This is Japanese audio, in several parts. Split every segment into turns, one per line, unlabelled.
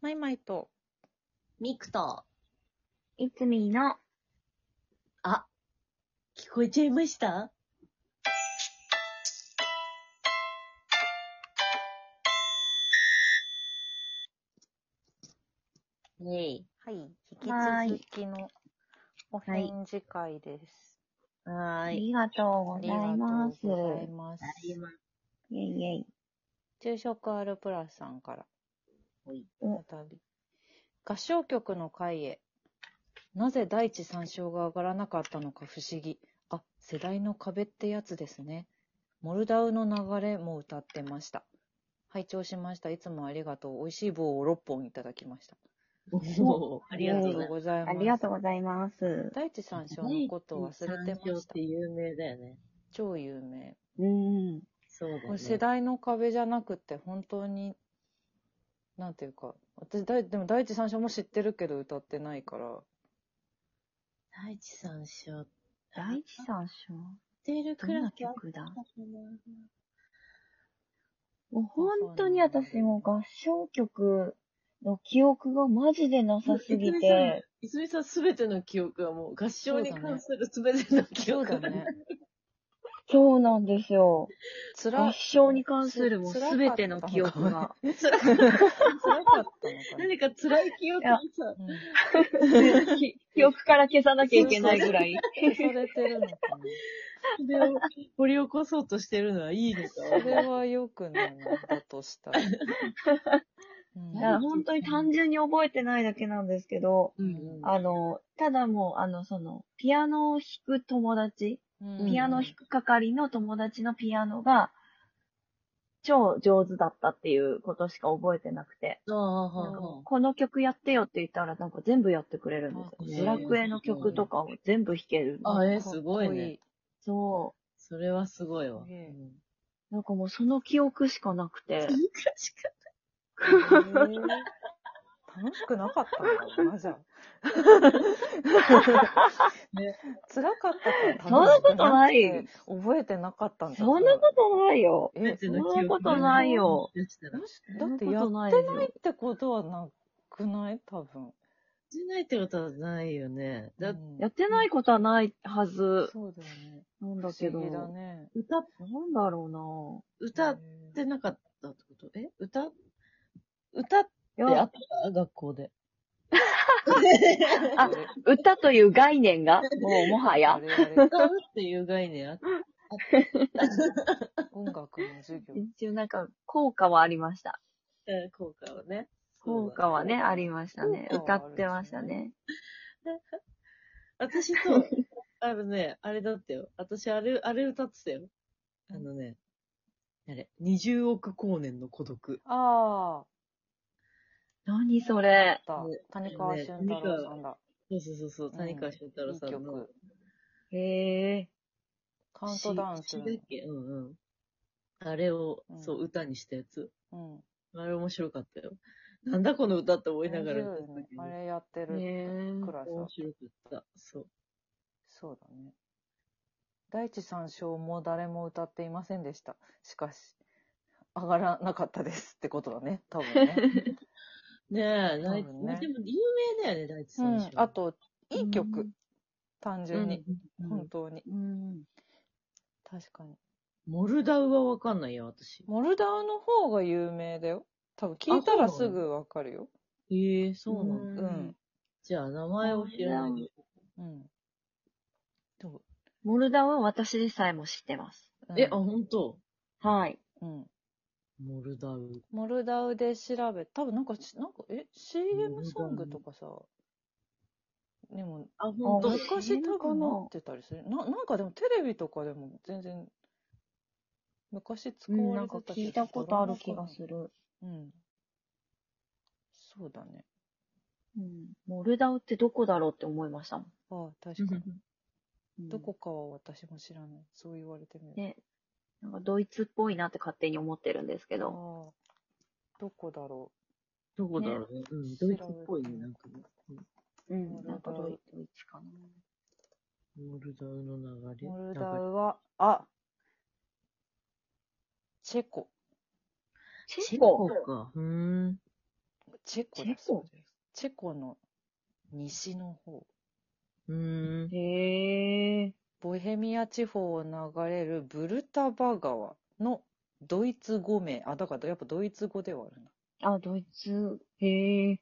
マイマイと、
ミクと、
いつみーの、
あ、聞こえちゃいましたイェイ。
はい、引
はー
き
い
続きのお返事会です。
は
あ
ーい。
りがとう
あ
ご
り
ざい
が
ま
と
す。
うござい
イ
ます。
ェイイェイ。
昼食あるプラスさんから、
ほい
再び。合唱曲の会へ。なぜ第一三章が上がらなかったのか不思議。あ、世代の壁ってやつですね。モルダウの流れも歌ってました。拝聴しました。いつもありがとう。美味しい棒を6本いただきました。
おーありがとうございま
ござい
ありがとうございます。
第一三章のことを忘れて
山
ま
椒っ
した
て。有名だよね。
超有名。
うん。
そうだ
こ
よね。
れ世代の壁じゃなくて、本当に、なんていうか、私、だいでも第一三章も知ってるけど歌ってないから、
第一三章。
第一三
知っ
章
てるク
どん
ラ
な
スあっ
曲だ
たかな
もう本当に私も合唱曲の記憶がマジでなさすぎて、
いつみさんすべての記憶はもう合唱に
そうだね
関するすべての記
そう
憶
だね。
そうなんですよ。
つら
合、唱に関するもう
つら
すべての記憶
か
が。
つらかっ
つらかったの
た
かな。
何か辛い記憶をさ、
うん、
き 記憶から消さなきゃいけないぐ らい。
消されてるのかな。
それを掘り起こそうとしてるのはいいのか
それは良くないな、だとした ら。うん
いや本当に単純に覚えてないだけなんですけど、
うん
あの、ただもう、あの、その、ピアノを弾く友達、
うん
ピアノを弾く係の友達のピアノが、超上手だったっていうことしか覚えてなくて、
ああ、は
なん
あ
か
はあ。
この曲やってよって言ったらなんか全部やってくれるんですよ。ド
あ
ラクエの曲とかを全部弾けるの。
あえーすごいね。
そ
それはすごいわ。
すげえ
うん
う。なんかもうその記憶しかなくて。
かっこいいへー楽しくなかったんだろうな、じゃあ。
ね
辛かった
そ
から
んな
楽し
こ
く
と
な
な
く
い
て。覚えてなかったんだ
そんなことないよ。
と
全
え
ての記憶
そんなことないよ。
出てたら
もしだ
そ
っ
んな
て
こ
やっ
と
て
ないです
ないっ
よ。
てことはなくない多分。
出ないってことはないよね。だ
う
って
ん
やってないことはないはず
そうだよね。
なんだけ
不
ど。
思議だ
な
ね。
歌っ、
んだろ
歌
へ
ってなかったってことえ歌歌って
うな。い
あ
や
っ、た学校 で。
ー
あ歌という概念が、もうもはや
あ。れあれ
歌うっていう概念あった。
音楽の授業。
一応なんか、効果はありました。
うん効果はね。
効果はね、ありましたね。
効果
歌
はある
ってましたね。
私 と、あのね、あれだったよ。私、あれ、あれ歌ってたよ。あのね、あれ、20億光年の孤独。
あ
何そ
あ
れ。、
だ
ね。
谷川俊太郎さんだ。
そうそうそうそう、
うん
谷川俊太郎さん
いい
の。
曲
へえ。
カウントダウンす
詩詩
る
だっけうんうん。あれを、
うん
そう、歌にしたやつ。
の。
あれ面白かったよ。なんだこの歌って思
う
い
ん。
ながら歌
面
っ
白い
た
ね
けど
あれやってる
ねえ
クラスは
面。白かった。そう。
そうだね。第一三章も誰も歌っていませんでした。しかし、上がらなかったですってことだね、多分ね。
ねえ、
多
大地、
分ね
でも有名だよね、大地
う
さん
ん
の。。
あと、いい曲。
うん
単
うん、
純に、
うん
本当に。
うん。
確かに。
モルダウはわかんないや、私。
モルダーの方が有名だよ。多分聞いたらすぐわかるよ。
ええそうなんだ。
う
うんん。
じゃあ、名前を知らないけ
うん。ど
モルダは私でさえも知ってます。
う
ど。え、あ、ほんと
はい。
うん。
モルダウ。
モルダウで調べ、多分なんかし、なんか、え、CM ソングとかさ、でも、
あ、ほ
ほ
ん
ん
と
と。
昔
CM
多
か
分
な
なってたりする。な、なんかでもテレビとかでも全然、昔使
うん、
われ
なん
てた
か聞いたことある気が
る。
する。
うん。そうだね。
うん。モルダウってどこだろうって思いましたもん。
ああ、確かに。
うん
どこかは私も知らない。そう言われてみる。
ね。なんかドイツっぽいなって勝手に思ってるんですけ
ああ
ど。
どこだろ
どこだろうね。うん、ドイツっぽいね、なんかね。
う
モルダウ
ん。なんかドイドイツかな。
モルダウの流
う。
れ。
モル
流
ダ
れ
ウは、あチェコ。
チェ
チェコ
コ
か。うーん。
チェコだそうです。チェコの西の方。
うーん。
へえ。
ボヘミア地方を流れるブルタバ川のドイツ語名。あ、だからやっぱドイツ語ではあるな。
あ、ドイツ、へえ。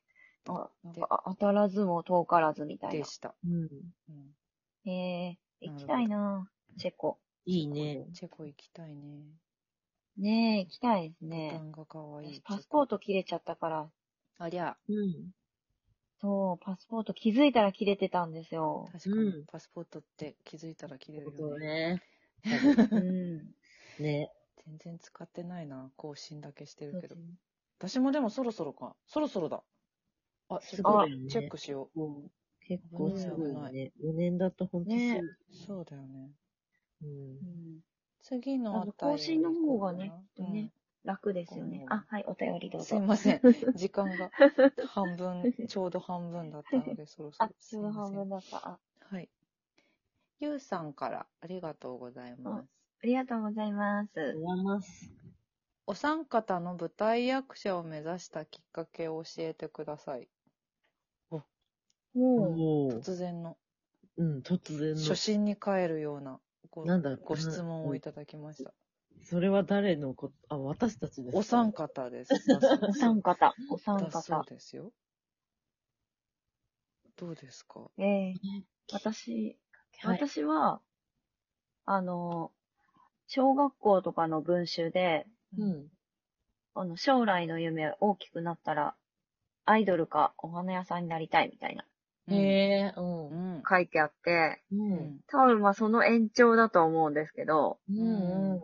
あ、なん
で
かあ当たらずも遠からずみたい
で
な。
した。
うん。
うん、
へえ。行きたいなチェコ。
いいね。
チェコ行きたいね。
ねえ、行きたいです
ボタ
ね。
ンが可愛い
私パスポー
ト。
ト切れちゃったから、
ありゃ、
うん。
そう、パスポート気づいたら切れてたんですよ。
確かに
うん
パスポートって気づいたら切れる
そ
よ
う
ね。
ね。
うん。
ね。
全然使ってないな。更新だけしてるけど。
う
私もでもそろそろか。そろそろだ。あ、チェック
すごいよね
チェックしよ
もう結構すご
危ないい危
ね。4年だと本当すぐ。
ね
う。そうだよね。
うん。
ん
次のあたり
あの更新の方がね
行こうかな
きっとね楽ですよね。あ、はい、お便りど
う
うん
す
ぞ。
いません。 時間が半分、ちょうど半分だったので、そろそ
あ
ろ。、
すぐ半分だった。あ
すいません。はい。ゆうさんからありがとうございます。
ありがとうございま
ありがとう
す。
ございます。
お三方の舞台役者を目指したきっかけを教えてください。
も
お
う、
ー
突然の、
うん、突然
初
の。
心に帰るようなご
なんだ
ご質問をい
た。
ただきました。
それは誰のことあ、私たちですか。
お三方です。だそう
お三方、お
だ
三
そう
方。
ですよ。どうですか
ええ私、
はい。
私は、あの、小学校とかの文集で、
うん。
あの、将来の夢大きくなったら、アイドルかお花屋さんになりたいみたいな、
へえ、う。
うんん。
書いてあって、
う
うんん。
多分まあその延長だと思うんですけど、
うん。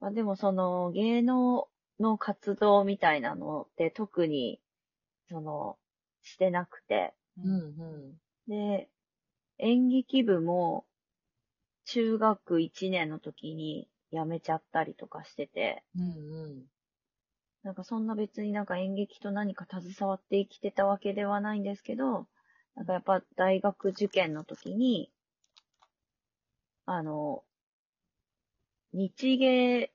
まあでもその芸能の活動みたいなのって特に、その、してなくて。
うん。うん。
で、演劇部も中学1年の時に辞めちゃったりとかしてて、
うん。
なんかそんな別になんか演劇と何か携わって生きてたわけではないんですけど、なんかやっぱ大学受験の時に、あの、日芸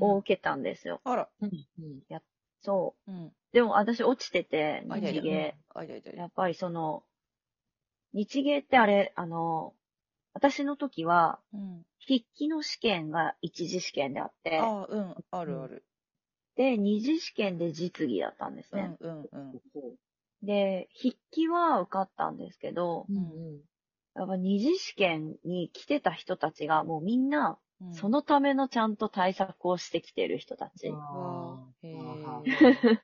を受けたんですよ。
あら。
うん。うん。
そう。
うん。
でも私落ちてて、
あいやい
日
や
芸。
あいやいやい
や
や。
っぱりその、日芸ってあれ、あの、私の時は、
うん。
筆記の試験が一次試験であって、
ああ、うん。あるある。
で、二次試験で実技だったんです
う
ね
ん。うんうん。
で、筆記は受かったんですけど、
うん。うん。
やっぱ二次試験に来てた人たちがもうみんな、
うん
そのためのちゃんと対策をしてきてる人たち。
わーへ
あ
ー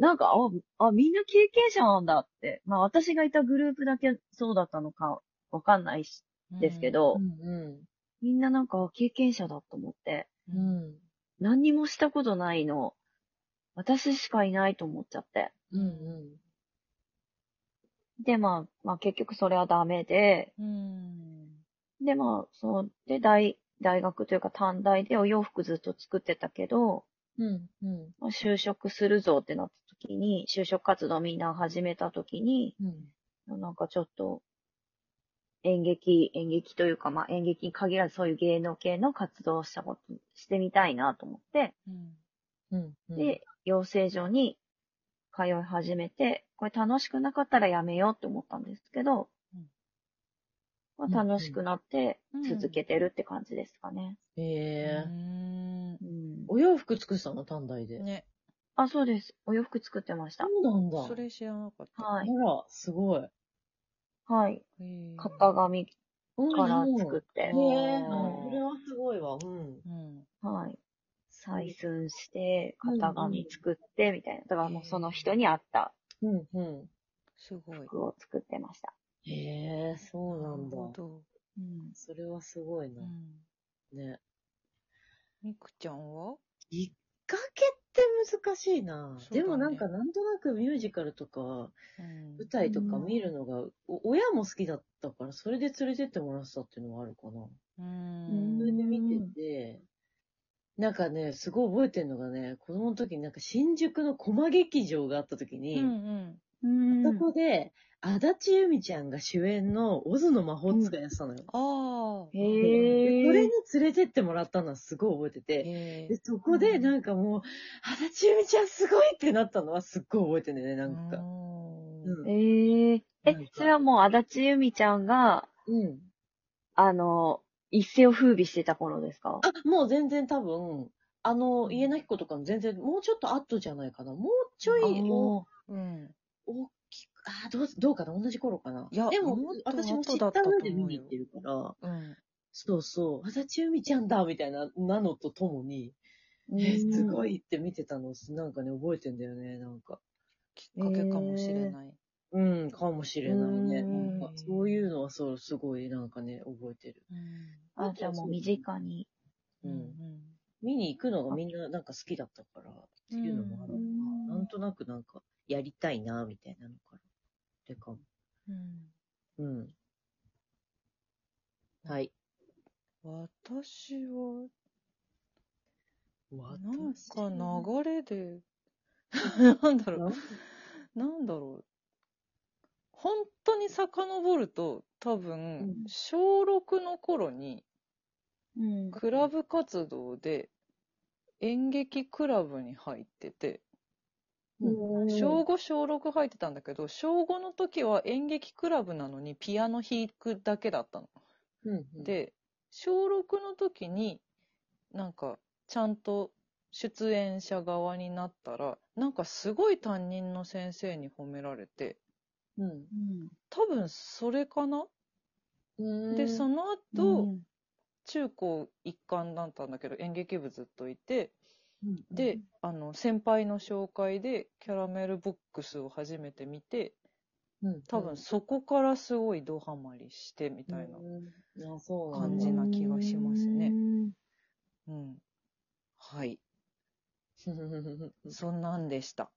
なんか、あ、あ、みんな経験者なんだって。まあ私がいたグループだけそうだったのかわかんないしですけ。ど、
うん。
みんななんか経験者だと思って、
うん。うん。
何にもしたことないの、私しかいないと思っちゃって。
うん。うん。
で、まあ、まあ結局それはダメで、
うん。
で、まあ、そう、で、大、大学というか短大でお洋服ずっと作ってたけど、
うん。うん。
まあ就職するぞってなった時に、就職活動みんな始めた時に、
うん。
なんかちょっと、演劇、演劇というか、まあ演劇に限らずそういう芸能系の活動をしたこと、してみたいなと思って、
うん。
うん。うん、
で、養成所に通い始めて、これ楽しくなかったらやめようって思ったんですけど、
うん
ま
うんう
あ、
ん
楽しくなって
うん
続けてるって感じですかね。
へえ
う。ん
うん
お洋服作ってたの短大で。
ね。
あ、そうです。お洋服作ってまし
そ
た。
うなんだ。
それ知らなかった。
あ
はい。
ら、すごい。
はい。
へー
型紙から作
へ
って
う
え、、
ん
これはすごいわ。うん。
うん。
はい。
最
採寸して、
うん
型紙作って、みたいな。だからもうその人に合った
うんう
すごい。
服を作ってました。
ん。へえ、そうなん
な。る
だ
ほど。
うん。
それはすごいな
う。ん。
ね。
みくちゃんは
きっかけって難しいな。
そうだね
でもなんかなんとなくミュージカルとか、
うん
舞台とか見るのが、お親も好きだったから、それで連れてってもらってたっていうのもあるかな。
う
うん
ん。
それで見てて、なんかね、すごい覚えてるのがね、子供の時になんか新宿の駒劇場があった時
う
に、
んうん。
うん
そこで、足立由美ちゃんが主演のオズの魔法使いやってたのよ。
ああ。
へえ。
でそれに連れてってもらったのはすごい覚えてて、
へ
でそこでなんかもう、足立由美ちゃんすごいってなったのはすっごい覚えてんだよね、
え。
なんか。
う
うん
ええ。え
なんか、
それはもう足立由美ちゃんが、
うん。
あの、一世を風靡してた頃ですか
あ、もう全然多分、あ
う
の、
ん
家なき子とかの全然、もうちょっと後じゃないかな。もうちょい
あ
お
お
ん。
大きく、あー、どう、どうかな同じ頃かな。
いや
でも
もっ、と
私も知
後
っ
だ
た
ったと思うよ
上で見に行ってるから、
うん。
そうそう、足立由美ちゃんだみたいな、なのとともに、
ー
えー、す
い。
ごいって見てたの、なんかね、覚えてんだよね、なんか。
きっかけかもしれない。
うん、かもしれないね。
うん
なんかそういうのは、そう、すごい、なんかね、覚えてる。
う。
あ、じゃあもう身近に。
うんん。見に行くのがみんな、なんか好きだったから、っていうのもあるのか
うん
な。なんとなく、なんか、やりたいな、みたいなのから。てかも、
うん。
うん。はい。
私は、
な
なんか流れで、なんだろう、なんだろう。本当に遡ると、多分、
うん
小6の頃に、
うん。
クラブ活動で演劇クラブに入ってて、小5、小6入ってたんだけど、小5の時は演劇クラブなのにピアノ弾くだけだったの。
うん、
で、小6の時に、なんか、ちゃんと出演者側になったら、なんかすごい担任の先生に褒められて、
うん
うん
多分それかな、
うん、
で、そ
の、
の後、中高一貫だったんだけど、演劇部ずっといて、で、あの、先輩の紹介でキャラメルボックスを初めて見て、
うん、
多分そこからすごいドハマりしてみたいな。
なそうなん
感
だ
じな気がしますね
うん
うん。はい。
うん
そんなんでした。